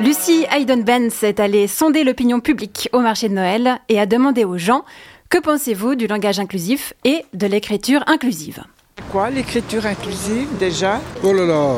Lucie Hayden-Benz est allée sonder l'opinion publique au marché de Noël et a demandé aux gens que pensez-vous du langage inclusif et de l'écriture inclusive Quoi, l'écriture inclusive déjà Oh là là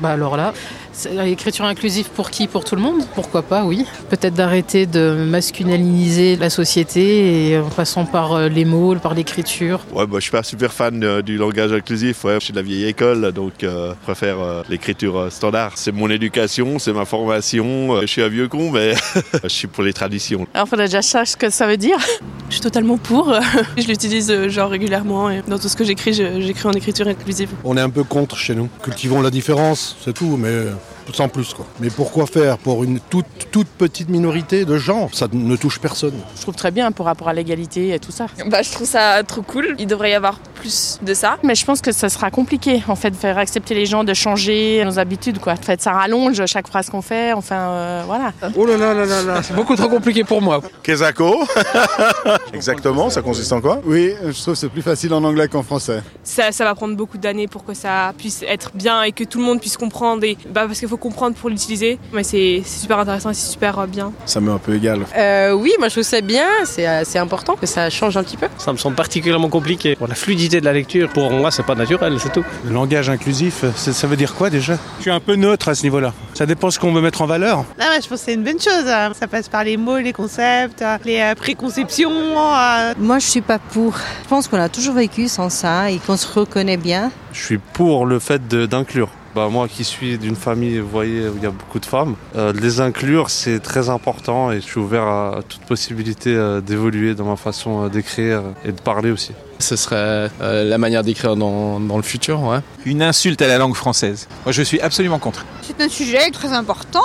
Bah alors là, c'est- l'écriture inclusive pour qui Pour tout le monde Pourquoi pas, oui. Peut-être d'arrêter de masculiniser la société et en passant par euh, les mots, par l'écriture. Ouais, bah, je suis pas super fan euh, du langage inclusif. Ouais, je suis de la vieille école, donc euh, je préfère euh, l'écriture euh, standard. C'est mon éducation, c'est ma formation. Euh, je suis un vieux con, mais je suis pour les traditions. Alors, faudrait déjà savoir ce que ça veut dire. Je suis totalement pour. Je l'utilise euh, genre régulièrement et dans tout ce que j'écris, je- j'écris en écriture inclusive. On est un peu contre chez nous. Cultivons la différence, c'est tout, mais euh, sans plus quoi. Mais pourquoi faire pour une toute, toute petite minorité de gens Ça ne touche personne. Je trouve très bien par rapport à l'égalité et tout ça. Bah, je trouve ça trop cool. Il devrait y avoir plus de ça. Mais je pense que ça sera compliqué, en fait, de faire accepter les gens de changer nos habitudes, quoi. En fait, ça rallonge chaque phrase qu'on fait, enfin, euh, voilà. Oh là là là là là, c'est beaucoup trop compliqué pour moi. Kesako Exactement, ça consiste en quoi Oui, je trouve que c'est plus facile en anglais qu'en français. Ça, ça va prendre beaucoup d'années pour que ça puisse être bien et que tout le monde puisse comprendre. Et, bah, parce qu'il faut comprendre pour l'utiliser. Mais c'est c'est super intéressant et c'est super euh, bien. Ça m'est un peu égal. Euh, oui, moi je trouve ça bien, c'est important que ça change un petit peu. Ça me semble particulièrement compliqué. Pour la fluidité de la lecture, pour moi, c'est pas naturel, c'est tout. Le langage inclusif, ça, ça veut dire quoi déjà Je suis un peu neutre à ce niveau-là. Ça dépend ce qu'on veut mettre en valeur. Ah ouais, je pense que c'est une bonne chose. hein. Ça passe par les mots, les concepts, euh, les euh, préconceptions. euh. Moi, je suis pas pour. Je pense qu'on a toujours vécu sans ça et qu'on se reconnaît bien. Je suis pour le fait de- d'inclure. Bah, moi qui suis d'une famille, vous voyez, où il y a beaucoup de femmes, euh, de les inclure, c'est très important et je suis ouvert à toute possibilité euh, d'évoluer dans ma façon euh, d'écrire et de parler aussi. Ce serait euh, la manière d'écrire dans, le futur, ouais. Une insulte à la langue française. Moi, je suis absolument contre. C'est un sujet très important.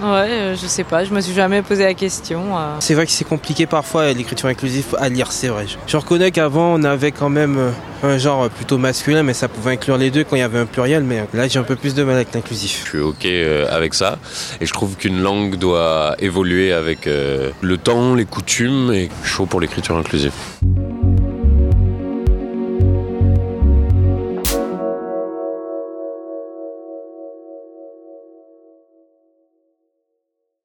Ouais, euh, je sais pas, je me suis jamais posé la question. euh. C'est vrai que c'est compliqué parfois l'écriture inclusive à lire, c'est vrai. Je reconnais qu'avant on avait quand même euh, un genre plutôt masculin, mais ça pouvait inclure les deux quand il y avait un pluriel, mais euh, là j'ai un peu plus de mal avec l'inclusif. Je suis OK euh, avec ça. Et je trouve qu'une langue doit évoluer avec euh, le temps, les coutumes, et je suis chaud pour l'écriture inclusive.